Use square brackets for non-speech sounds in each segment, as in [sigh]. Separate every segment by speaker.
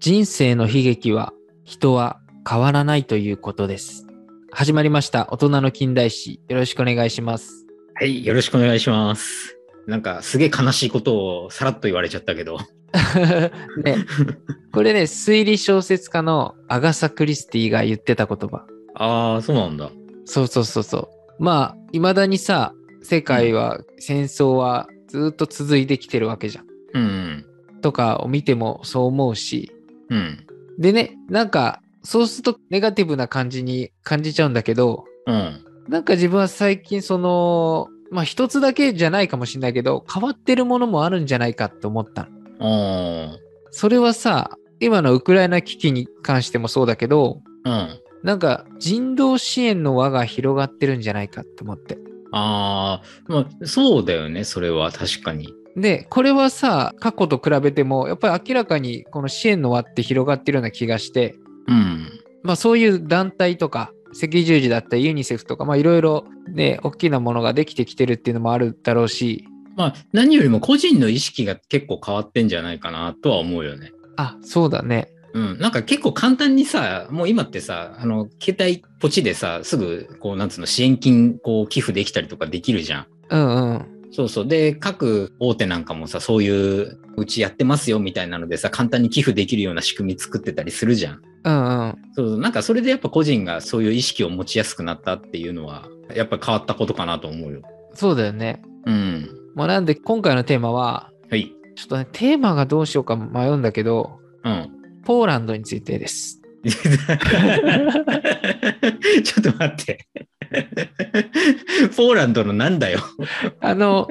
Speaker 1: 人生の悲劇は人は変わらないということです。始まりました。大人の近代史。よろしくお願いします。 [laughs]
Speaker 2: はい、よろしくお願いします。なんか、すげえ悲しいことをさらっと言われちゃったけど。
Speaker 1: ね、これね、推理小説家のアガサ・クリスティが言ってた言葉。
Speaker 2: ああ、そうなんだ。
Speaker 1: そうそうそうそう。まあ、いまだにさ、世界は、戦争はずっと続いてきてるわけじゃん。
Speaker 2: うん、
Speaker 1: とかを見てもそう思うし。
Speaker 2: うん、
Speaker 1: でね、なんか、そうするとネガティブな感じに感じちゃうんだけど、
Speaker 2: うん、
Speaker 1: なんか自分は最近その、まあ一つだけじゃないかもしれないけど、変わってるものもあるんじゃないかって思ったの。
Speaker 2: うん、あ
Speaker 1: それはさ、今のウクライナ危機に関してもそうだけど、
Speaker 2: あ、うん。
Speaker 1: なんか人道支援の輪が広がってるんじゃないかって思って。
Speaker 2: ああ、まあ、そうだよね、それは確かに。
Speaker 1: で、これはさ、過去と比べても、やっぱり明らかにこの支援の輪って広がってるような気がして、
Speaker 2: うん、
Speaker 1: まあそういう団体とか、赤十字だったりユニセフとか、まあいろいろね、大きなものができてきてるっていうのもあるだろうし、
Speaker 2: まあ、何よりも個人の意識が結構変わってんじゃないかなとは思うよね。
Speaker 1: あ、そうだね。
Speaker 2: うん、なんか結構簡単にさ、もう今ってさ、あの、携帯ポチでさ、すぐ、こう、なんつうの、支援金、こう、寄付できたりとかできるじゃん。
Speaker 1: うんうん。
Speaker 2: そうそう。で、各大手なんかもさ、そういう、うちやってますよみたいなのでさ、簡単に寄付できるような仕組み作ってたりするじゃん。
Speaker 1: うんうん。
Speaker 2: そうそう。なんかそれでやっぱ個人がそういう意識を持ちやすくなったっていうのは、やっぱ変わったことかなと思うよ。
Speaker 1: そうだよね。
Speaker 2: うん。
Speaker 1: まあ、なんで今回のテーマは、
Speaker 2: はい。
Speaker 1: ちょっとね、テーマがどうしようか迷うんだけど、
Speaker 2: うん。 [laughs]
Speaker 1: ポーランドについてです。
Speaker 2: ちょっと待って。ポーランドのなんだよ。
Speaker 1: あの、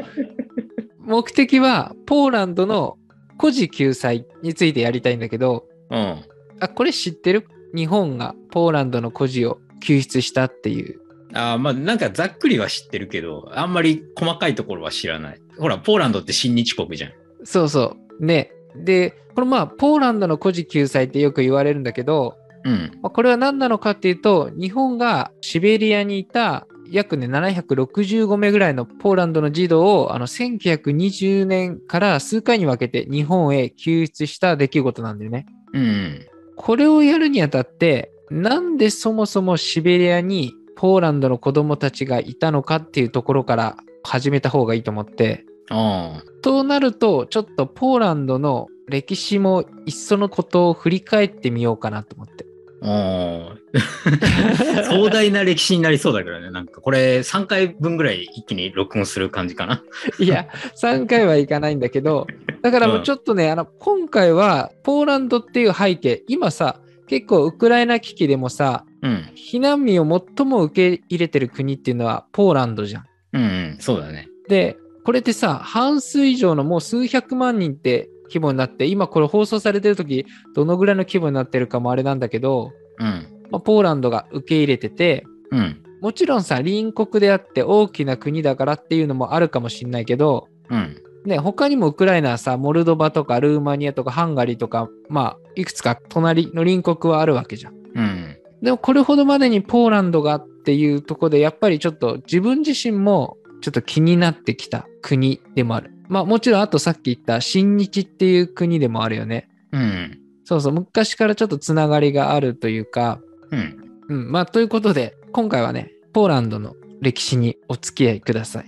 Speaker 1: 目的はポーランドの孤児救済についてやりたいんだけど、
Speaker 2: うん。
Speaker 1: あ、これ知ってる日本がポーランドの孤児を救出したっていう。
Speaker 2: あーまあなんかざっくりは知ってるけど、あんまり細かいところは知らない。ほら、ポーランドって親日国じゃん。
Speaker 1: そうそう。ね。で、これまあ、ポーランドの孤児救済ってよく言われるんだけど、
Speaker 2: うん。
Speaker 1: まあ、これは何なのかっていうと日本がシベリアにいた約ね765名ぐらいのポーランドの児童をあの1920年から数回に分けて日本へ救出した出来事なんだよね。
Speaker 2: うん。
Speaker 1: これをやるにあたってなんでそもそもシベリアにポーランドの子供たちがいたのかっていうところから始めた方がいいと思って。
Speaker 2: あ
Speaker 1: となるとちょっとポーランドの歴史もいっそのことを振り返ってみようかなと思って。
Speaker 2: あ。ああ。壮大な歴史になりそうだけどね。なんかこれ3回分ぐらい一気に録音する感じかな。
Speaker 1: いや、3回はいかないんだけど、だからもうちょっとね、あの、今回はポーランドっていう背景、今さ、結構ウクライナ危機でもさ、
Speaker 2: うん。
Speaker 1: 避難民を最も受け入れてる国っていうのはポーランドじゃん。
Speaker 2: うん、うん。そうだね。
Speaker 1: で、これってさ、半数以上のもう数百万人って規模になって、今これ放送されてる時、どのぐらいの規模になってるかもあれなんだけど、
Speaker 2: うん。
Speaker 1: まあ、ポーランドが受け入れてて、
Speaker 2: うん。
Speaker 1: もちろんさ、隣国であって大きな国だからっていうのもあるかもしんないけど、
Speaker 2: うん。
Speaker 1: ね、他にもウクライナはさ、モルドバとかルーマニアとかハンガリーとか、まあ、いくつか隣の隣国はあるわけじゃん。
Speaker 2: うん。
Speaker 1: でもこれほどまでにポーランドがっていうところで、やっぱりちょっと自分自身もちょっと気になってきた国でもある。まあもちろんあとさっき言った新日っていう国でもあるよね。
Speaker 2: うん。
Speaker 1: そうそう、昔からちょっとつながりがあるというか、
Speaker 2: うん。
Speaker 1: うん、まあということで、今回はね、ポーランドの歴史にお付き合いください。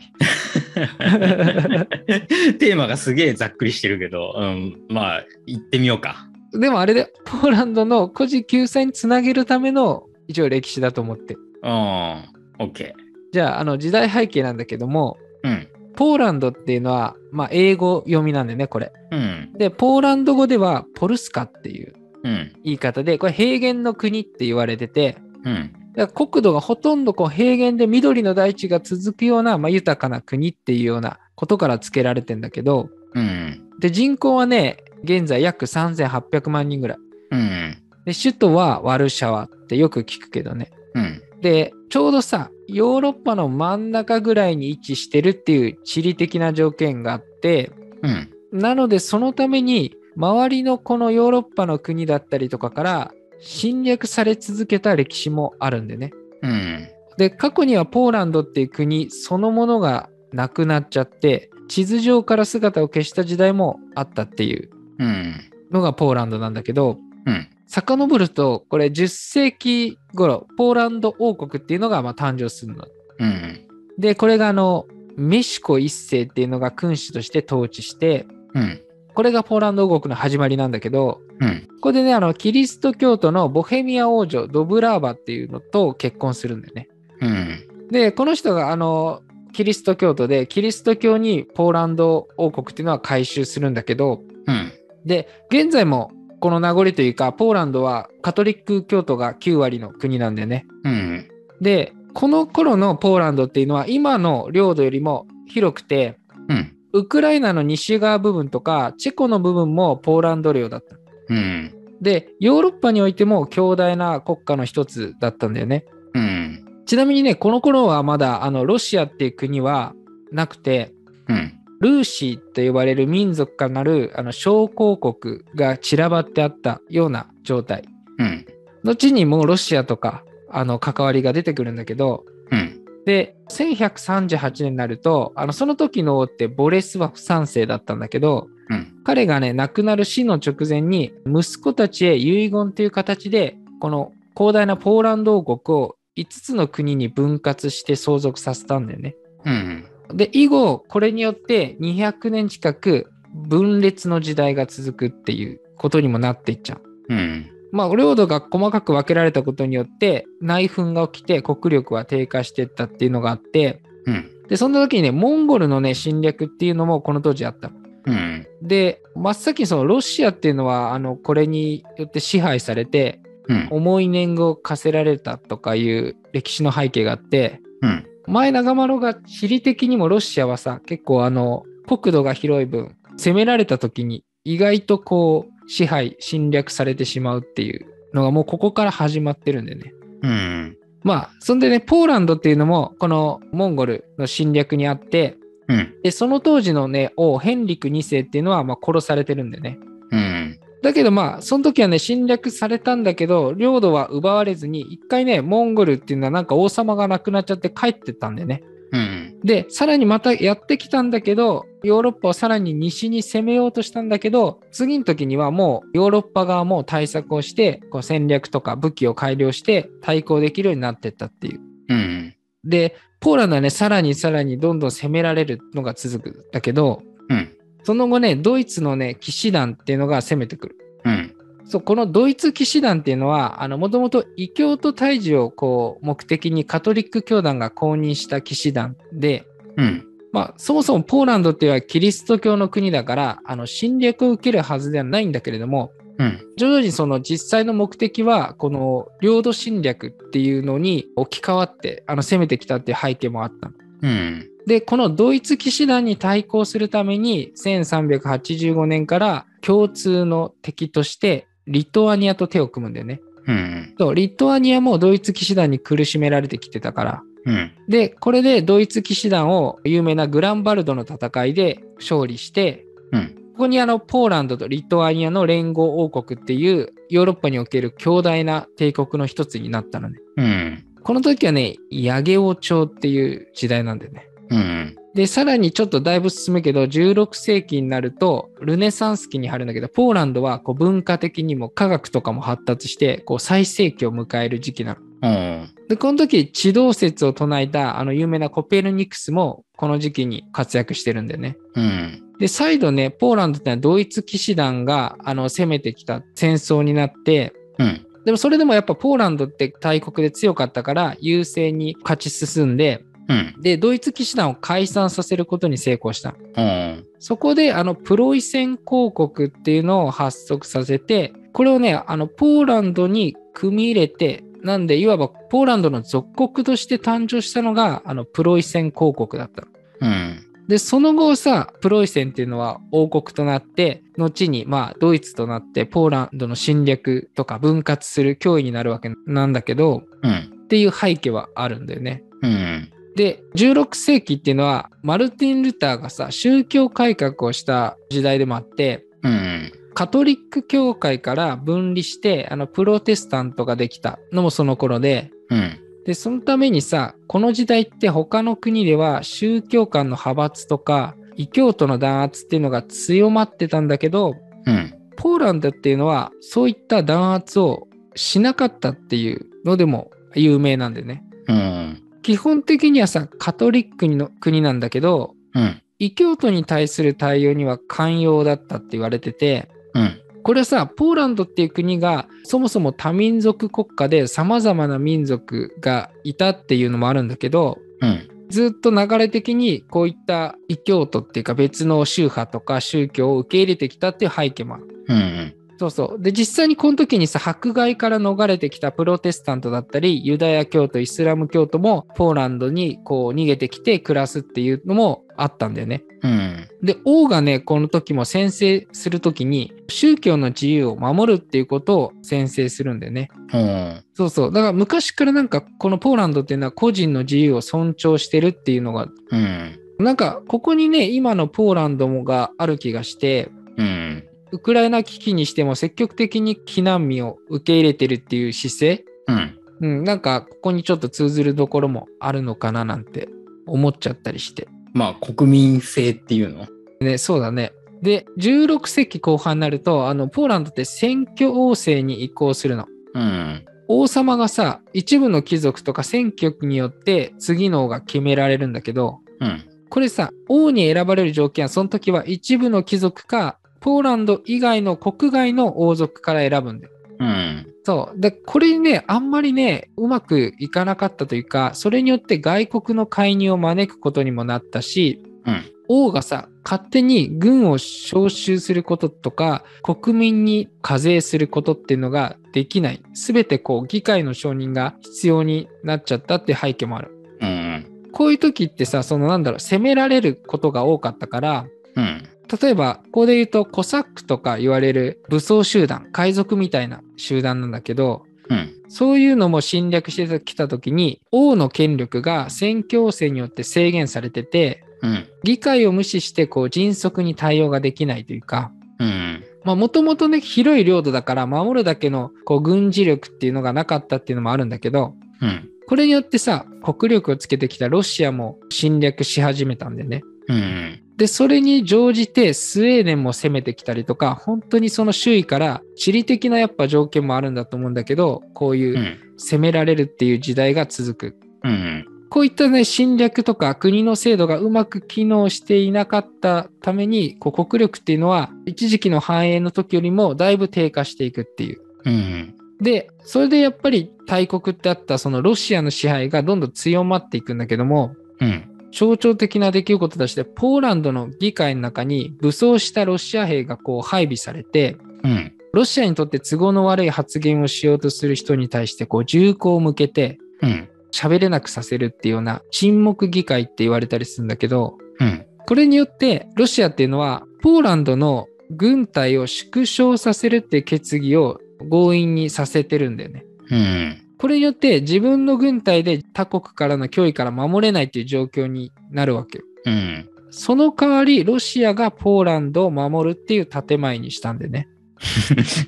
Speaker 2: テーマがすげえざっくりしてるけど、うん、まあ、行ってみようか。
Speaker 1: でもあれで、ポーランドの孤児救済につなげるための一応歴史だと思って。
Speaker 2: うん。オッケ
Speaker 1: じゃあ、あの時代背景なんだけども、
Speaker 2: ー。うん。
Speaker 1: ポーランドっていうのは、まあ、英語読みなんでね、これ。
Speaker 2: うん。
Speaker 1: で、ポーランド語ではポルスカっていう
Speaker 2: うん。
Speaker 1: 言い方で、これ平原の国って言われてて、
Speaker 2: うん。
Speaker 1: だから国土がほとんどこう平原で緑の大地が続くような、まあ、豊かな国っていうようなことから付けられてんだけど、
Speaker 2: うん。
Speaker 1: で、人口はね、現在約3800万人ぐらい。
Speaker 2: うん。
Speaker 1: で、首都はワルシャワってよく聞くけどね。
Speaker 2: うん。
Speaker 1: でちょうどさヨーロッパの真ん中ぐらいに位置してるっていう地理的な条件があって
Speaker 2: うん。
Speaker 1: なのでそのために周りのこのヨーロッパの国だったりとかから侵略され続けた歴史もあるんでね。
Speaker 2: うん。
Speaker 1: で過去にはポーランドっていう国そのものがなくなっちゃって地図上から姿を消した時代もあったっていう
Speaker 2: うん。
Speaker 1: のがポーランドなんだけど
Speaker 2: うん。
Speaker 1: 遡ると、これ10世紀頃、ポーランド王国っていうのがまあ誕生するの。
Speaker 2: うん。
Speaker 1: で、これがあの、メシコ一世っていうのが君主として統治して、
Speaker 2: うん。
Speaker 1: これがポーランド王国の始まりなんだけど、
Speaker 2: うん。
Speaker 1: ここでね、あの、キリスト教徒のボヘミア王女ドブラーバっていうのと結婚するんだよね。
Speaker 2: うん。
Speaker 1: で、この人があの、キリスト教徒で、キリスト教にポーランド王国っていうのは改宗するんだけど、
Speaker 2: うん。
Speaker 1: で、現在もこの名残というか、ポーランドはカトリック教徒が9割の国なんだよね。
Speaker 2: うん。
Speaker 1: で、この頃のポーランドっていうのは今の領土よりも広くて、
Speaker 2: うん。
Speaker 1: ウクライナの西側部分とか、チェコの部分もポーランド領だった。
Speaker 2: うん。
Speaker 1: で、ヨーロッパにおいても強大な国家の一つだったんだよね。
Speaker 2: うん。
Speaker 1: ちなみにね、この頃はまだあのロシアっていう国はなくて、
Speaker 2: うん。
Speaker 1: ルーシーと呼ばれる民族からなるあの小公国が散らばってあったような状態。
Speaker 2: うん。
Speaker 1: 後にもうロシアとかあの関わりが出てくるんだけど、
Speaker 2: うん。
Speaker 1: で、1138年になると、あのその時の王ってボレスワフ3世だったんだけど、
Speaker 2: うん。
Speaker 1: 彼がね、亡くなる死の直前に、息子たちへ遺言という形で、この広大なポーランド王国を5つの国に分割して相続させたんだよね。
Speaker 2: うん。
Speaker 1: で、以後、これによって200年近く分裂の時代が続くっていうことにもなっていっちゃう。
Speaker 2: うん。
Speaker 1: まあ、領土が細かく分けられたことによって内紛が起きて国力は低下していったっていうのがあって
Speaker 2: うん。
Speaker 1: でそんな時にねモンゴルのね侵略っていうのもこの当時あったの
Speaker 2: うん。
Speaker 1: で真っ先にそのロシアっていうのはあのこれによって支配されて
Speaker 2: うん。
Speaker 1: 重い年貢を課せられたとかいう歴史の背景があって
Speaker 2: うん。
Speaker 1: 前長丸が地理的にもロシアはさ結構あの国土が広い分攻められた時に意外とこう支配侵略されてしまうっていうのがもうここから始まってるんでね
Speaker 2: うん。
Speaker 1: まあそんでねポーランドっていうのもこのモンゴルの侵略にあって
Speaker 2: うん。
Speaker 1: でその当時のね王ヘンリク2世っていうのはまあ殺されてるんでね
Speaker 2: うん。
Speaker 1: だけどまあその時はね侵略されたんだけど領土は奪われずに一回ねモンゴルっていうのはなんか王様が亡くなっちゃって帰ってったんだよね
Speaker 2: うん。
Speaker 1: で、さらにまたやってきたんだけど、ヨーロッパをさらに西に攻めようとしたんだけど、次の時にはもうヨーロッパ側も対策をして、こう戦略とか武器を改良して対抗できるようになってったっていう。
Speaker 2: うん。
Speaker 1: で、ポーランドはね、さらにさらにどんどん攻められるのが続くんだけど、
Speaker 2: うん。
Speaker 1: その後ね、ドイツのね、騎士団っていうのが攻めてくる。
Speaker 2: うん。
Speaker 1: そう、このドイツ騎士団っていうのは、あの、もともと異教と胎児をこう目的にカトリック教団が公認した騎士団で、
Speaker 2: うん。
Speaker 1: まあ、そもそもポーランドっていうのはキリスト教の国だからあの侵略を受けるはずではないんだけれども
Speaker 2: うん。
Speaker 1: 徐々にその実際の目的はこの領土侵略っていうのに置き換わってあの攻めてきたっていう背景もあったの。
Speaker 2: うん。
Speaker 1: でこのドイツ騎士団に対抗するために1385年から共通の敵としてリトアニアと手を組むんだよね。
Speaker 2: うん。
Speaker 1: そうリトアニアもドイツ騎士団に苦しめられてきてたから
Speaker 2: うん。
Speaker 1: で、これでドイツ騎士団を有名なグランバルドの戦いで勝利して、
Speaker 2: うん
Speaker 1: ここにあのポーランドとリトアニアの連合王国っていうヨーロッパにおける強大な帝国の一つになったのね。
Speaker 2: うん。
Speaker 1: この時はね、ヤゲオ朝っていう時代なんだよね。
Speaker 2: うん。
Speaker 1: で、さらにちょっとだいぶ進むけど、16世紀になると、ルネサンス期に入るんだけど、ポーランドはこう文化的にも科学とかも発達して、こう最盛期を迎える時期なの。
Speaker 2: お
Speaker 1: で、この時、地動説を唱えた、あの、有名なコペルニクスも、この時期に活躍してるんだよね。
Speaker 2: うん。
Speaker 1: で、再度ね、ポーランドってのはドイツ騎士団が、あの、攻めてきた戦争になって、
Speaker 2: うん。
Speaker 1: でもそれでもやっぱポーランドって大国で強かったから、優勢に勝ち進んで、
Speaker 2: うん。
Speaker 1: で、ドイツ騎士団を解散させることに成功した。
Speaker 2: お
Speaker 1: そこであのプロイセン公国っていうのを発足させてこれをねあのポーランドに組み入れてなんでいわばポーランドの属国として誕生したのがあのプロイセン公国だったの。
Speaker 2: うん。
Speaker 1: でその後さプロイセンっていうのは王国となって後にまあドイツとなってポーランドの侵略とか分割する脅威になるわけなんだけど
Speaker 2: うん。
Speaker 1: っていう背景はあるんだよね。
Speaker 2: うん。
Speaker 1: で16世紀っていうのはマルティン・ルターがさ宗教改革をした時代でもあって
Speaker 2: うん。
Speaker 1: カトリック教会から分離してあのプロテスタントができたのもその頃で
Speaker 2: うん。
Speaker 1: でそのためにさこの時代って他の国では宗教間の派閥とか異教徒の弾圧っていうのが強まってたんだけど
Speaker 2: うん。
Speaker 1: ポーランドっていうのは、そういった弾圧をしなかったっていうのでも有名なんでね。
Speaker 2: うん。
Speaker 1: 基本的にはさ、カトリックの国なんだけど、
Speaker 2: うん。
Speaker 1: 異教徒に対する対応には寛容だったって言われてて、
Speaker 2: うん。
Speaker 1: これはさ、ポーランドっていう国がそもそも多民族国家で様々な民族がいたっていうのもあるんだけど、
Speaker 2: うん。
Speaker 1: ずっと流れ的にこういった異教徒っていうか別の宗派とか宗教を受け入れてきたっていう背景もある。
Speaker 2: うん。
Speaker 1: そうそう。で、実際にこの時にさ、迫害から逃れてきたプロテスタントだったり、ユダヤ教徒、イスラム教徒もポーランドにこう逃げてきて暮らすっていうのもあったんだよね。
Speaker 2: うん。
Speaker 1: で、王がね、この時も宣誓する時に、宗教の自由を守るっていうことを宣誓するんだよね。
Speaker 2: うん。
Speaker 1: そうそう。だから昔からなんか、このポーランドっていうのは個人の自由を尊重してるっていうのが、
Speaker 2: うん。
Speaker 1: なんか、ここにね、今のポーランドもがある気がして、
Speaker 2: うん。
Speaker 1: ウクライナ危機にしても積極的に避難民を受け入れてるっていう姿勢、
Speaker 2: うん。
Speaker 1: うん、なんか、ここにちょっと通ずるところもあるのかななんて思っちゃったりして。
Speaker 2: まあ、国民性っていうの
Speaker 1: ね、そうだね。で、16世紀後半になると、あの、ポーランドって選挙王政に移行するの。
Speaker 2: うん。
Speaker 1: 王様がさ、一部の貴族とか選挙区によって次の王が決められるんだけど、
Speaker 2: うん。
Speaker 1: これさ、王に選ばれる条件は、その時は一部の貴族か、ポーランド以外の国外の王族から選ぶんだよ。
Speaker 2: うん。
Speaker 1: そう。で、これね、あんまりね、うまくいかなかったというか、それによって外国の介入を招くことにもなったし、
Speaker 2: うん
Speaker 1: 王がさ、勝手に軍を招集することとか、国民に課税することっていうのができない。すべてこう、議会の承認が必要になっちゃったっていう背景もある。
Speaker 2: うん。
Speaker 1: こういう時ってさ、そのなんだろう、責められることが多かったから、
Speaker 2: うん。
Speaker 1: 例えば、ここで言うと、コサックとか言われる武装集団、海賊みたいな集団なんだけど、
Speaker 2: うん。
Speaker 1: そういうのも侵略してきた時に王の権力が宣教制によって制限されてて
Speaker 2: うん。
Speaker 1: 議会を無視してこう迅速に対応ができないというか
Speaker 2: うん。
Speaker 1: もともとね広い領土だから守るだけのこう軍事力っていうのがなかったっていうのもあるんだけど
Speaker 2: うん。
Speaker 1: これによってさ国力をつけてきたロシアも侵略し始めたんだよね。
Speaker 2: うん。。
Speaker 1: でそれに乗じてスウェーデンも攻めてきたりとか本当にその周囲から地理的なやっぱ条件もあるんだと思うんだけどこういううん攻められるっていう時代が続く。
Speaker 2: うん。
Speaker 1: こういったね、侵略とか国の制度がうまく機能していなかったために、こう国力っていうのは一時期の繁栄の時よりもだいぶ低下していくっていう。
Speaker 2: うん。
Speaker 1: で、それでやっぱり大国ってあったそのロシアの支配がどんどん強まっていくんだけども、
Speaker 2: うん。
Speaker 1: 象徴的な出来事として、ポーランドの議会の中に武装したロシア兵がこう配備されて、
Speaker 2: うん。
Speaker 1: ロシアにとって都合の悪い発言をしようとする人に対してこう銃口を向けて、
Speaker 2: うん。
Speaker 1: 喋れなくさせるっていうような沈黙議会って言われたりするんだけど
Speaker 2: うん。
Speaker 1: これによってロシアっていうのはポーランドの軍隊を縮小させるっていう決議を強引にさせてるんだよね。
Speaker 2: うん。
Speaker 1: これによって自分の軍隊で他国からの脅威から守れないっていう状況になるわけよ。
Speaker 2: うん。
Speaker 1: その代わりロシアがポーランドを守るっていう建前にしたんでね。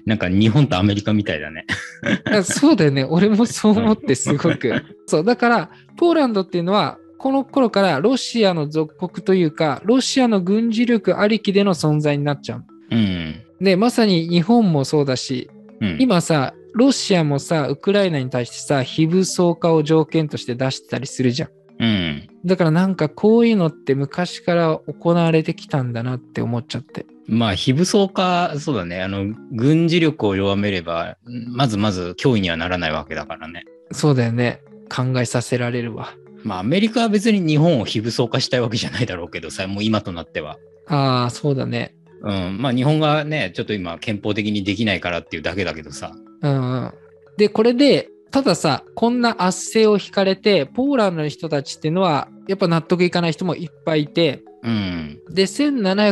Speaker 2: なんか日本とアメリカみたいだね。
Speaker 1: あそうだよね。俺もそう思ってすごく。そう。だから、ポーランドっていうのは、この頃からロシアの属国というか、ロシアの軍事力ありきでの存在になっちゃう。
Speaker 2: うん。
Speaker 1: で、まさに日本もそうだし、
Speaker 2: うん。
Speaker 1: 今さ、ロシアもさ、ウクライナに対してさ、非武装化を条件として出してたりするじゃん。
Speaker 2: うん。
Speaker 1: だからなんかこういうのって昔から行われてきたんだなって思っちゃって。
Speaker 2: まあ、非武装化、そうだね。あの、軍事力を弱めれば、まずまず脅威にはならないわけだからね。
Speaker 1: そうだよね。考えさせられるわ。
Speaker 2: まあ、アメリカは別に日本を非武装化したいわけじゃないだろうけどさ、もう今となっては。
Speaker 1: ああ、そうだね。
Speaker 2: うん。まあ、日本がね、ちょっと今、憲法的にできないからっていうだけだけどさ。
Speaker 1: うんうん、でこれでたださこんな圧政を引かれてポーランドの人たちっていうのはやっぱ納得いかない人もいっぱいいて
Speaker 2: うん。
Speaker 1: で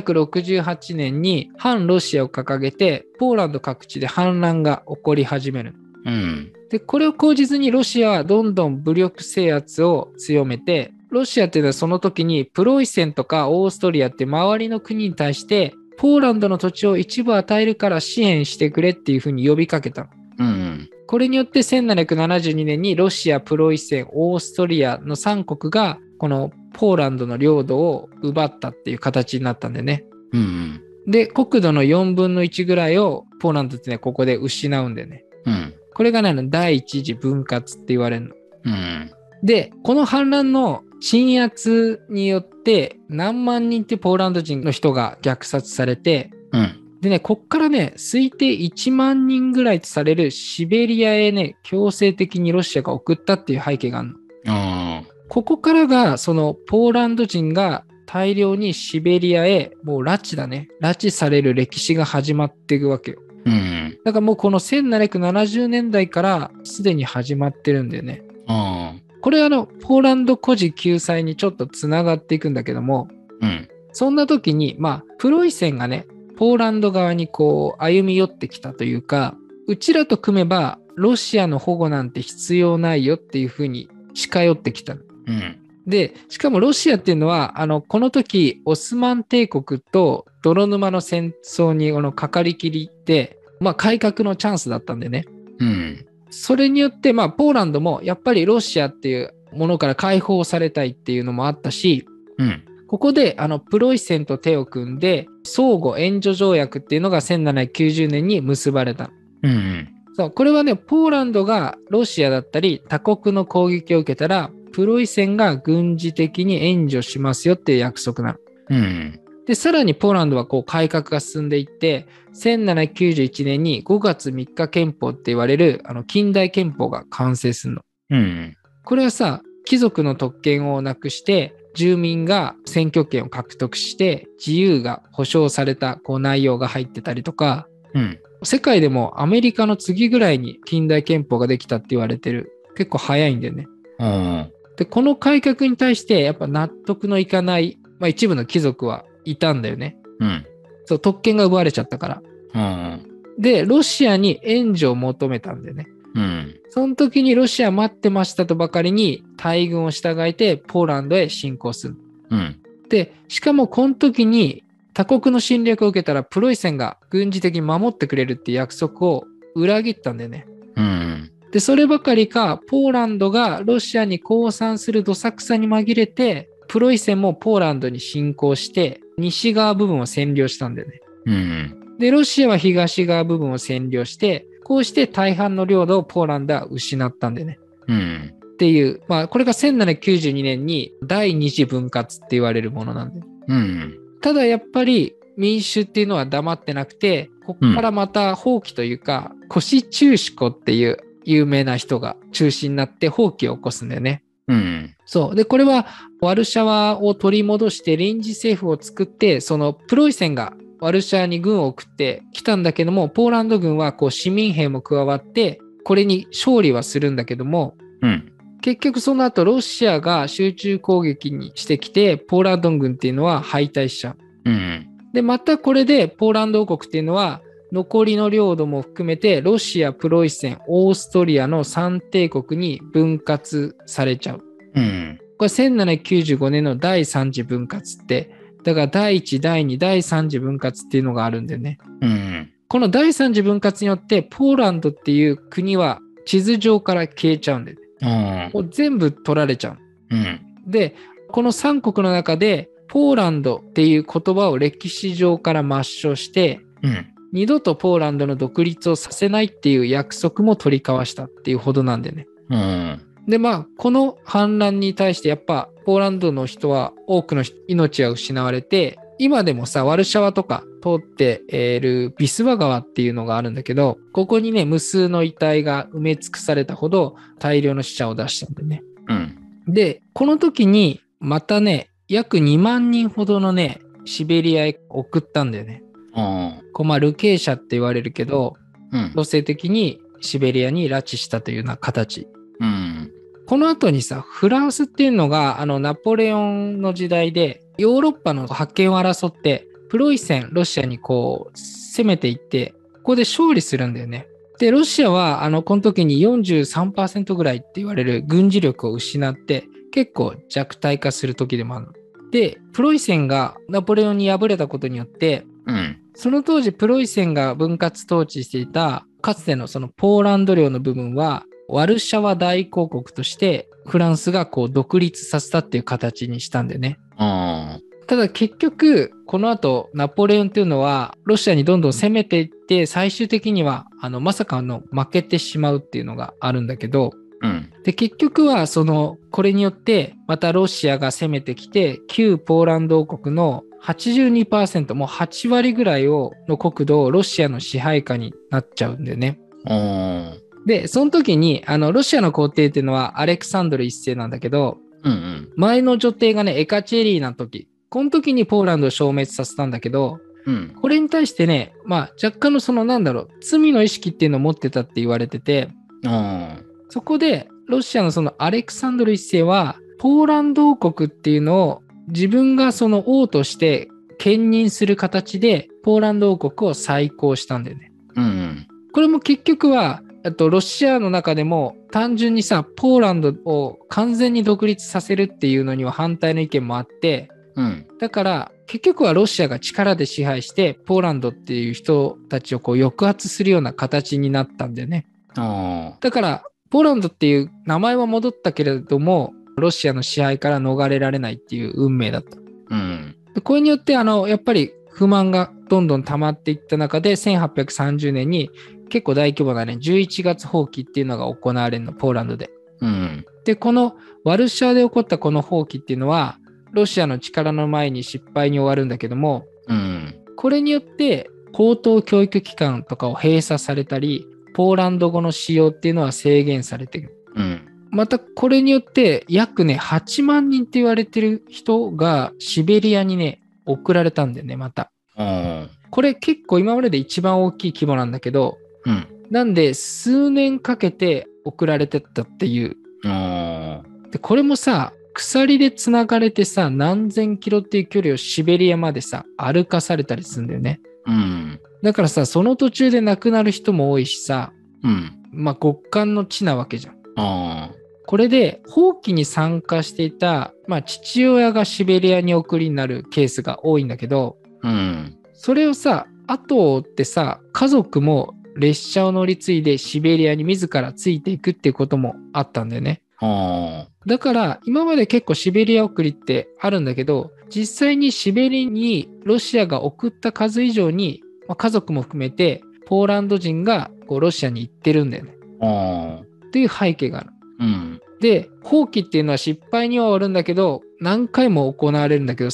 Speaker 1: 1768年に反ロシアを掲げてポーランド各地で反乱が起こり始める。
Speaker 2: うん。
Speaker 1: でこれを口実にロシアはどんどん武力制圧を強めてロシアっていうのはその時にプロイセンとかオーストリアって周りの国に対してポーランドの土地を一部与えるから支援してくれっていうふうに呼びかけたの
Speaker 2: うん。
Speaker 1: これによって1772年にロシア、プロイセン、オーストリアの3国がこのポーランドの領土を奪ったっていう形になったんでね。
Speaker 2: うん。
Speaker 1: で、国土の4分の1ぐらいをポーランドってね、ここで失うんだよね。
Speaker 2: うん。
Speaker 1: これがね、あの第一次分割って言われるの。
Speaker 2: うん。
Speaker 1: で、この反乱の鎮圧によって、何万人ってポーランド人の人が虐殺されて、
Speaker 2: うん。
Speaker 1: でね、こっからね、推定1万人ぐらいとされるシベリアへね、強制的にロシアが送ったっていう背景があるの。
Speaker 2: ああ。
Speaker 1: ここからが、そのポーランド人が大量にシベリアへ、もう拉致だね、拉致される歴史が始まっていくわけよ。
Speaker 2: うん。
Speaker 1: だからもうこの1770年代からすでに始まってるんだよね。
Speaker 2: ああ。
Speaker 1: これあの、ポーランド孤児救済にちょっとつながっていくんだけども、
Speaker 2: うん。
Speaker 1: そんな時に、まあ、プロイセンがね、ポーランド側にこう、歩み寄ってきたというか、うちらと組めば、ロシアの保護なんて必要ないよっていうふうに近寄ってきたの。
Speaker 2: うん。
Speaker 1: で、しかもロシアっていうのは、あの、この時、オスマン帝国と泥沼の戦争にこのかかりきりって、まあ、改革のチャンスだったんでね。
Speaker 2: うん。
Speaker 1: それによって、まあ、ポーランドもやっぱりロシアっていうものから解放されたいっていうのもあったし、
Speaker 2: うん。
Speaker 1: ここであのプロイセンと手を組んで、相互援助条約っていうのが1790年に結ばれた。
Speaker 2: うん。
Speaker 1: そうこれはね、ポーランドがロシアだったり他国の攻撃を受けたら、プロイセンが軍事的に援助しますよっていう約束なの。
Speaker 2: うん。
Speaker 1: で、さらにポーランドはこう改革が進んでいって、1791年に5月3日憲法って言われるあの近代憲法が完成するの。
Speaker 2: うん。
Speaker 1: これはさ、貴族の特権をなくして、住民が選挙権を獲得して、自由が保障されたこう内容が入ってたりとか、
Speaker 2: うん。
Speaker 1: 世界でもアメリカの次ぐらいに近代憲法ができたって言われてる。結構早いんだよね。
Speaker 2: ああ。
Speaker 1: で、この改革に対してやっぱ納得のいかない、まあ一部の貴族はいたんだよね。
Speaker 2: うん。
Speaker 1: そう、特権が奪われちゃったから。
Speaker 2: ああ。
Speaker 1: で、ロシアに援助を求めたんだよね。
Speaker 2: うん。
Speaker 1: その時にロシア待ってましたとばかりに大軍を従えてポーランドへ侵攻する。
Speaker 2: うん。
Speaker 1: で、しかもこの時に他国の侵略を受けたらプロイセンが軍事的に守ってくれるって約束を裏切ったんだよね。
Speaker 2: うん。
Speaker 1: で、そればかりか、ポーランドがロシアに降参するどさくさに紛れて、プロイセンもポーランドに侵攻して、西側部分を占領したんだよね。
Speaker 2: うん。
Speaker 1: で、ロシアは東側部分を占領して、こうして大半の領土をポーランドは失ったんだよね。
Speaker 2: うん。
Speaker 1: っていう、まあ、これが1792年に第二次分割って言われるものなんで。
Speaker 2: うん。
Speaker 1: ただやっぱり民主っていうのは黙ってなくて、ここからまた放棄というか、腰中志子っていう有名な人が中心になって放棄を起こすんだよね。
Speaker 2: うん。
Speaker 1: そう。で、これはワルシャワを取り戻して臨時政府を作って、そのプロイセンがワルシャワに軍を送ってきたんだけども、ポーランド軍はこう市民兵も加わって、これに勝利はするんだけども、
Speaker 2: うん。
Speaker 1: 結局その後ロシアが集中攻撃にしてきてポーランド軍っていうのは敗退しちゃう。
Speaker 2: うん。
Speaker 1: でまたこれでポーランド王国っていうのは残りの領土も含めてロシア、プロイセン、オーストリアの3帝国に分割されちゃう。
Speaker 2: うん。
Speaker 1: これ1795年の第3次分割ってだから第1、第2、第3次分割っていうのがあるんだよね。
Speaker 2: うん。
Speaker 1: この第3次分割によってポーランドっていう国は地図上から消えちゃうんだよね。
Speaker 2: ああ。
Speaker 1: もう全部取られちゃう。
Speaker 2: うん。
Speaker 1: で、この3国の中で、ポーランドっていう言葉を歴史上から抹消して、
Speaker 2: うん。
Speaker 1: 二度とポーランドの独立をさせないっていう約束も取り交わしたっていうほどなんでね。
Speaker 2: うん。
Speaker 1: で、まあ、この反乱に対して、やっぱ、ポーランドの人は多くの人命が失われて、今でもさ、ワルシャワとか通っているビスワ川っていうのがあるんだけど、ここにね、無数の遺体が埋め尽くされたほど大量の死者を出したんでね。
Speaker 2: うん。
Speaker 1: で、この時にまたね、約2万人ほどのね、シベリアへ送ったんだよね。
Speaker 2: ああ。
Speaker 1: こうまあ、流刑者って言われるけど、
Speaker 2: うん。
Speaker 1: 強制的にシベリアに拉致したというような形。
Speaker 2: うん。
Speaker 1: この後にさ、フランスっていうのが、あの、ナポレオンの時代で、ヨーロッパの覇権を争って、プロイセン、ロシアにこう、攻めていって、ここで勝利するんだよね。で、ロシアは、あの、この時に43%ぐらいって言われる軍事力を失って、結構弱体化する時でもあるの。で、プロイセンがナポレオンに敗れたことによって、
Speaker 2: うん。
Speaker 1: その当時、プロイセンが分割統治していた、かつてのそのポーランド領の部分は、ワルシャワ大公国として、フランスがこう独立させたっていう形にしたんでね。
Speaker 2: ああ。
Speaker 1: ただ結局、この後、ナポレオンっていうのは、ロシアにどんどん攻めていって、最終的には、あの、まさかの負けてしまうっていうのがあるんだけど、
Speaker 2: うん。
Speaker 1: で、結局は、その、これによって、またロシアが攻めてきて、旧ポーランド王国の82%、もう8割ぐらいを、の国土をロシアの支配下になっちゃうんだよね。
Speaker 2: おー
Speaker 1: で、その時に、あの、ロシアの皇帝っていうのはアレクサンドル一世なんだけど、
Speaker 2: うんうん。
Speaker 1: 前の女帝がね、エカチェリーナの時、この時にポーランドを消滅させたんだけど、
Speaker 2: うん。
Speaker 1: これに対してね、まあ若干のそのなんだろう、罪の意識っていうのを持ってたって言われてて、
Speaker 2: おー
Speaker 1: そこでロシアのそのアレクサンドル一世は、ポーランド王国っていうのを自分がその王として兼任する形で、ポーランド王国を再興したんだよね。
Speaker 2: うんうん。
Speaker 1: これも結局は、えっと、ロシアの中でも単純にさ、ポーランドを完全に独立させるっていうのには反対の意見もあって、
Speaker 2: うん。
Speaker 1: だから結局はロシアが力で支配して、ポーランドっていう人たちをこう抑圧するような形になったんだよね。
Speaker 2: おー
Speaker 1: だから、ポーランドっていう名前は戻ったけれども、ロシアの支配から逃れられないっていう運命だった。
Speaker 2: うん。
Speaker 1: でこれによってあのやっぱり不満がどんどん溜まっていった中で1830年に結構大規模なね11月放棄っていうのが行われるのポーランドで。
Speaker 2: うん。
Speaker 1: でこのワルシャワで起こったこの放棄っていうのはロシアの力の前に失敗に終わるんだけども
Speaker 2: うん。
Speaker 1: これによって高等教育機関とかを閉鎖されたりポーランド語の使用っていうのは制限されてる。
Speaker 2: うん。
Speaker 1: またこれによって約ね8万人って言われてる人がシベリアにね送られたんだよねまた。
Speaker 2: おー
Speaker 1: これ結構今までで一番大きい規模なんだけど、
Speaker 2: うん。
Speaker 1: なんで数年かけて送られてったっていう。
Speaker 2: おー
Speaker 1: で、これもさ、鎖でつながれてさ、何千キロっていう距離をシベリアまでさ、歩かされたりするんだよね。
Speaker 2: うん。
Speaker 1: だからさ、その途中で亡くなる人も多いしさ、
Speaker 2: うん。
Speaker 1: まあ極寒の地なわけじゃん。
Speaker 2: あ
Speaker 1: これで、放棄に参加していた、まあ父親がシベリアに送りになるケースが多いんだけど、
Speaker 2: あ。うん。
Speaker 1: それをさ後を追ってさ家族も列車を乗り継いでシベリアに自らついていくっていうこともあったんだよね
Speaker 2: あ
Speaker 1: だから今まで結構シベリア送りってあるんだけど実際にシベリアにロシアが送った数以上に、まあ家族も含めてポーランド人がこうロシアに行ってるんだよね
Speaker 2: あ。ああ。
Speaker 1: という背景がある
Speaker 2: うん。
Speaker 1: で放棄っていうのは失敗には終わるんだけど何回も行われるんだけど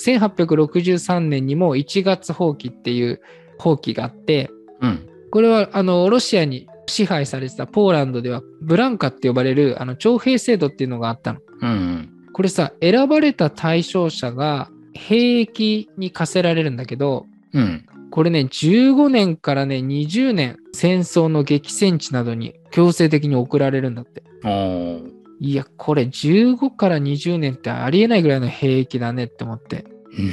Speaker 1: 1863年にも1月放棄っていう放棄があって
Speaker 2: うん。
Speaker 1: これはあのロシアに支配されてたポーランドではブランカって呼ばれるあの徴兵制度っていうのがあったの。
Speaker 2: うん。
Speaker 1: これさ選ばれた対象者が兵役に課せられるんだけど
Speaker 2: うん。
Speaker 1: これね15年からね20年戦争の激戦地などに強制的に送られるんだって。
Speaker 2: ああ。
Speaker 1: いやこれ15から20年ってありえないぐらいの兵役だねって思って。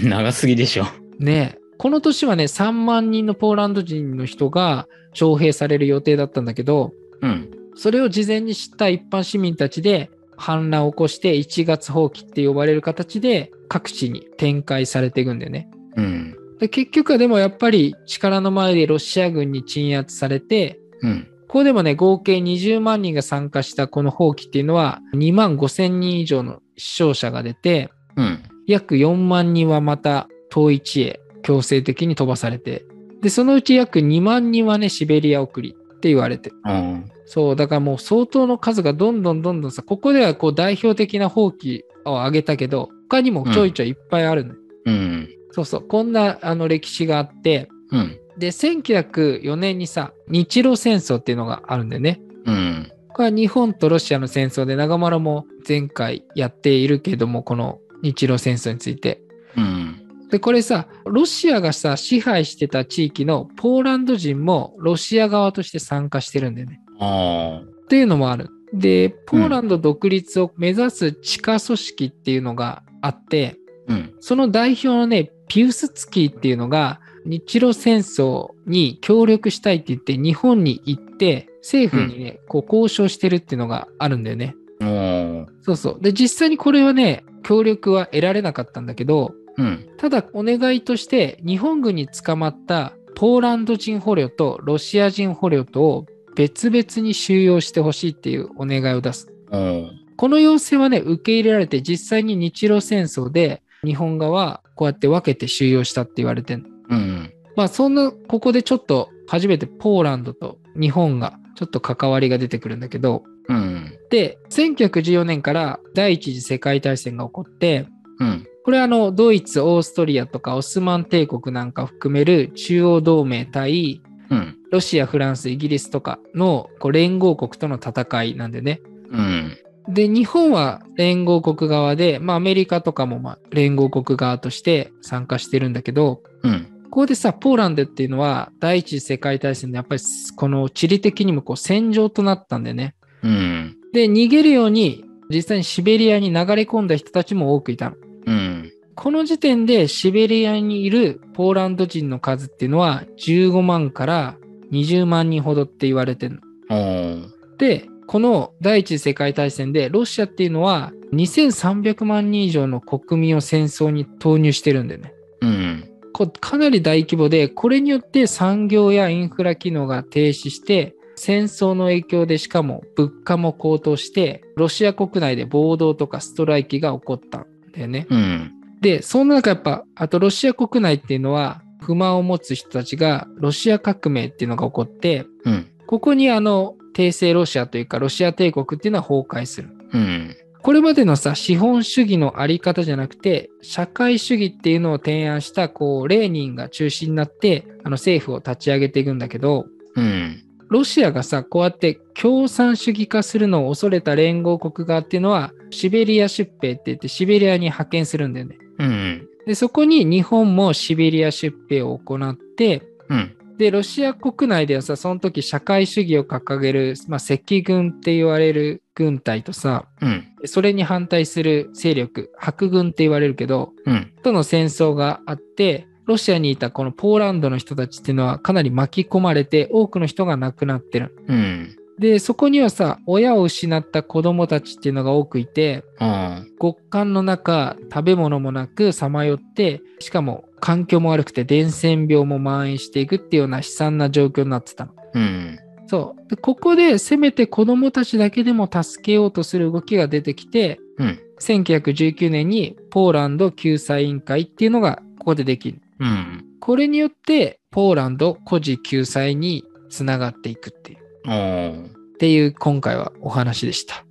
Speaker 2: 長すぎでしょ。
Speaker 1: ねえこの年はね3万人のポーランド人の人が徴兵される予定だったんだけど
Speaker 2: うん。
Speaker 1: それを事前に知った一般市民たちで反乱を起こして1月放棄って呼ばれる形で各地に展開されていくんだよね。
Speaker 2: うん。
Speaker 1: で結局はでもやっぱり力の前でロシア軍に鎮圧されて、
Speaker 2: うん。
Speaker 1: ここでもね、合計20万人が参加したこの放棄っていうのは2万5千人以上の死傷者が出て、
Speaker 2: うん。
Speaker 1: 約4万人はまた遠い地へ強制的に飛ばされて、で、そのうち約2万人はね、シベリア送りって言われて
Speaker 2: あ
Speaker 1: そう、だからもう相当の数がどんどんどんどんさ、ここではこう代表的な放棄を挙げたけど、他にもちょいちょいいっぱいあるの、
Speaker 2: うん。
Speaker 1: そうそう、こんなあの歴史があって、
Speaker 2: うん。
Speaker 1: で、1904年にさ、日露戦争っていうのがあるんだよね。
Speaker 2: うん。
Speaker 1: これは日本とロシアの戦争で、長丸も前回やっているけども、この日露戦争について。
Speaker 2: うん。
Speaker 1: で、これさ、ロシアがさ、支配してた地域のポーランド人もロシア側として参加してるんだよね。
Speaker 2: ああ。
Speaker 1: っていうのもある。で、ポーランド独立を目指す地下組織っていうのがあって、
Speaker 2: うん。
Speaker 1: その代表のね、ピウスツキーっていうのが、日露戦争に協力したいって言って、日本に行って、政府にね、こう交渉してるっていうのがあるんだよね。
Speaker 2: ああ。
Speaker 1: そうそう。で、実際にこれはね、協力は得られなかったんだけど、
Speaker 2: うん。
Speaker 1: ただお願いとして日本軍に捕まったポーランド人捕虜とロシア人捕虜とを別々に収容してほしいっていうお願いを出す。
Speaker 2: ああ。
Speaker 1: この要請はね、受け入れられて実際に日露戦争で日本側はこうやって分けて収容したって言われてんの
Speaker 2: うん。
Speaker 1: まあそんなここでちょっと初めてポーランドと日本がちょっと関わりが出てくるんだけど
Speaker 2: うん。
Speaker 1: で1914年から第一次世界大戦が起こって
Speaker 2: うん。
Speaker 1: これはあのドイツオーストリアとかオスマン帝国なんかを含める中央同盟対
Speaker 2: うん。
Speaker 1: ロシアフランスイギリスとかのこう連合国との戦いなんでね
Speaker 2: うん。
Speaker 1: で日本は連合国側で、まあ、アメリカとかもまあ連合国側として参加してるんだけど
Speaker 2: うん。
Speaker 1: ここでさポーランドっていうのは第一次世界大戦でやっぱりこの地理的にもこう戦場となったんでね
Speaker 2: うん。
Speaker 1: で逃げるように実際にシベリアに流れ込んだ人たちも多くいたの
Speaker 2: うん。
Speaker 1: この時点でシベリアにいるポーランド人の数っていうのは15万から20万人ほどって言われてるの
Speaker 2: おー
Speaker 1: でこの第一次世界大戦でロシアっていうのは2300万人以上の国民を戦争に投入してるんだよね。
Speaker 2: うん。
Speaker 1: こうかなり大規模でこれによって産業やインフラ機能が停止して戦争の影響でしかも物価も高騰してロシア国内で暴動とかストライキが起こったんだよね。
Speaker 2: うん。
Speaker 1: でそんな中やっぱあとロシア国内っていうのは不満を持つ人たちがロシア革命っていうのが起こって
Speaker 2: うん。
Speaker 1: ここにあの帝政ロシアというかロシア帝国っていうのは崩壊する。
Speaker 2: うん。
Speaker 1: これまでのさ資本主義のあり方じゃなくて社会主義っていうのを提案したこうレーニンが中心になってあの政府を立ち上げていくんだけど
Speaker 2: うん。
Speaker 1: ロシアがさこうやって共産主義化するのを恐れた連合国側っていうのはシベリア出兵って言ってシベリアに派遣するんだよね。
Speaker 2: うん。
Speaker 1: でそこに日本もシベリア出兵を行って
Speaker 2: うん。
Speaker 1: でロシア国内ではさその時社会主義を掲げる、まあ、赤軍って言われる軍隊とさ
Speaker 2: うん。
Speaker 1: それに反対する勢力白軍って言われるけど
Speaker 2: うん。
Speaker 1: との戦争があってロシアにいたこのポーランドの人たちっていうのはかなり巻き込まれて多くの人が亡くなってる。
Speaker 2: うん。
Speaker 1: でそこにはさ親を失った子供たちっていうのが多くいて
Speaker 2: あ
Speaker 1: 極寒の中食べ物もなくさまよってしかも環境も悪くて伝染病も蔓延していくっていうような悲惨な状況になってたの。
Speaker 2: ーうん。
Speaker 1: そうでここでせめて子どもたちだけでも助けようとする動きが出てきて
Speaker 2: うん。
Speaker 1: 1919年にポーランド救済委員会っていうのがここでできる。
Speaker 2: うん。
Speaker 1: これによってポーランド孤児救済につながっていくっていう。
Speaker 2: おー
Speaker 1: っていう今回はお話でした。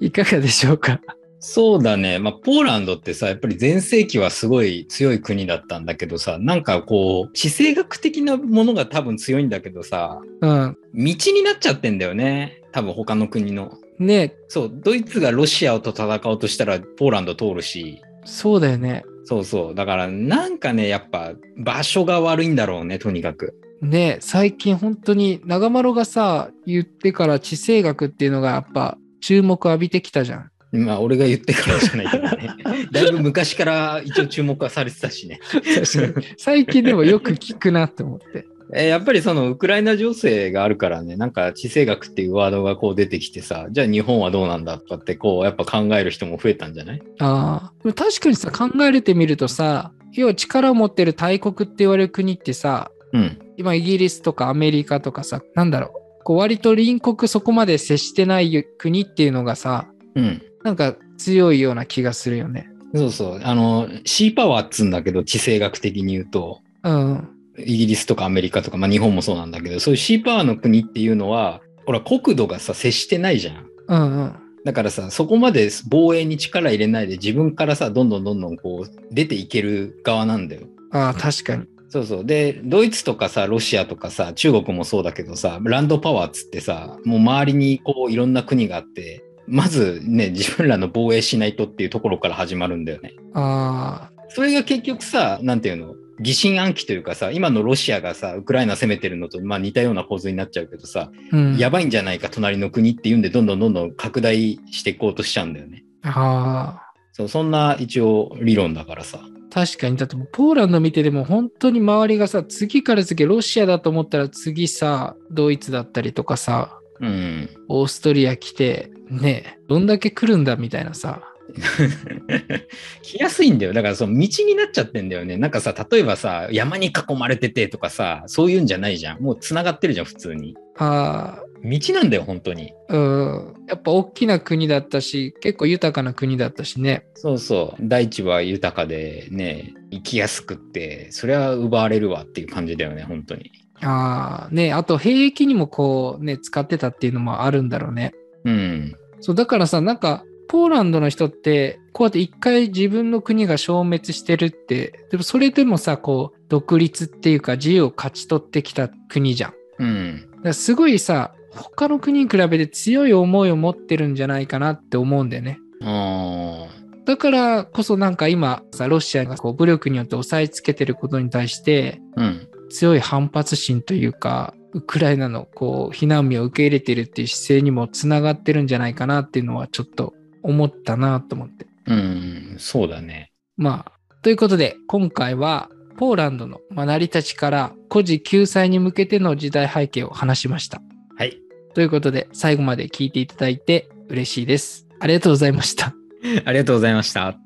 Speaker 1: いかがでしょうか
Speaker 2: そうだね。まあ、ポーランドってさ、やっぱり全盛期はすごい強い国だったんだけどさ、なんかこう、地政学的なものが多分強いんだけどさ、
Speaker 1: うん。
Speaker 2: 道になっちゃってんだよね。多分他の国の。
Speaker 1: ね
Speaker 2: そう、ドイツがロシアと戦おうとしたらポーランド通るし、
Speaker 1: そうだよね。
Speaker 2: そうそう。だからなんかね、やっぱ場所が悪いんだろうね、とにかく。
Speaker 1: ね最近本当に長丸がさ言ってから地政学っていうのがやっぱ注目浴びてきたじゃん。
Speaker 2: まあ、俺が言ってからじゃないけどね。だいぶ昔から一応注目はされてたしね。 [laughs]
Speaker 1: 最近でもよく聞くなって思って。 [laughs]
Speaker 2: えーやっぱりそのウクライナ情勢があるからね、なんか地政学っていうワードがこう出てきてさ、じゃあ日本はどうなんだとかってこうやっぱ考える人も増えたんじゃない
Speaker 1: ああ。でも確かにさ考えてみるとさ要は力を持ってる大国って言われる国ってさ
Speaker 2: うん。
Speaker 1: 今イギリスとかアメリカとかさなんだろうこう割と隣国そこまで接してない国っていうのがさ
Speaker 2: うん。
Speaker 1: なんか強いような気がするよね。
Speaker 2: そうそう。あの、シーパワーっつうんだけど、地政学的に言うと、
Speaker 1: うん。
Speaker 2: イギリスとかアメリカとか、まあ日本もそうなんだけど、そういうシーパワーの国っていうのは、ほら、国土がさ、接してないじゃん。
Speaker 1: うんうん。
Speaker 2: だからさ、そこまで防衛に力入れないで、自分からさ、どんどんどんどんこう、出ていける側なんだよ。
Speaker 1: ああ確かに。
Speaker 2: そうそう。で、ドイツとかさ、ロシアとかさ、中国もそうだけどさ、ランドパワーっつってさ、もう周りにこういろんな国があって、まずね、自分らの防衛しないとっていうところから始まるんだよね。
Speaker 1: あ
Speaker 2: それが結局さ、なんていうの疑心暗鬼というかさ、今のロシアがさ、ウクライナ攻めてるのと、まあ、似たような構図になっちゃうけどさ、
Speaker 1: あ。うん。
Speaker 2: やばいんじゃないか、隣の国っていうんで、どんどんどんどん拡大していこうとしちゃうんだよね。
Speaker 1: ああ。
Speaker 2: そうそんな一応理論だからさ。
Speaker 1: 確かに、だってもうポーランド見てでも本当に周りがさ、次から次へロシアだと思ったら次さ、ドイツだったりとかさ、
Speaker 2: うん。
Speaker 1: オーストリア来て、ねえどんだけ来るんだみたいなさ、
Speaker 2: [laughs] 来やすいんだよ。だからその道になっちゃってんだよね。なんかさ、例えばさ、山に囲まれててとかさ、そういうんじゃないじゃん。もう繋がってるじゃん、普通に。
Speaker 1: あ
Speaker 2: 道なんだよ、本当に。
Speaker 1: ーうんやっぱ大きな国だったし結構豊かな国だったしね
Speaker 2: そうそう。大地は豊かでね、生きやすくって、それは奪われるわっていう感じだよね、本当に。
Speaker 1: ああねあと兵役にもこうね使ってたっていうのもあるんだろうね
Speaker 2: うん。
Speaker 1: そうだからさなんかポーランドの人ってこうやって一回自分の国が消滅してるってでもそれでもさこう独立っていうか自由を勝ち取ってきた国じゃんだ
Speaker 2: うん。
Speaker 1: からすごいさ他の国に比べて強い思いを持ってるんじゃないかなって思うんだよね
Speaker 2: あ
Speaker 1: だからこそなんか今さロシアがこう武力によって抑えつけてることに対して
Speaker 2: あ。うん。
Speaker 1: 強い反発心というかウクライナのこう避難民を受け入れてるっていう姿勢にもつながってるんじゃないかなっていうのはちょっと思ったなと思って。
Speaker 2: うん。そうだね。
Speaker 1: まあ、ということで今回はポーランドのまあ成り立ちから孤児救済に向けての時代背景を話しました。
Speaker 2: はい。
Speaker 1: ということで最後まで聞いていただいて嬉しいです。ありがとうございました。
Speaker 2: ありがとうございました。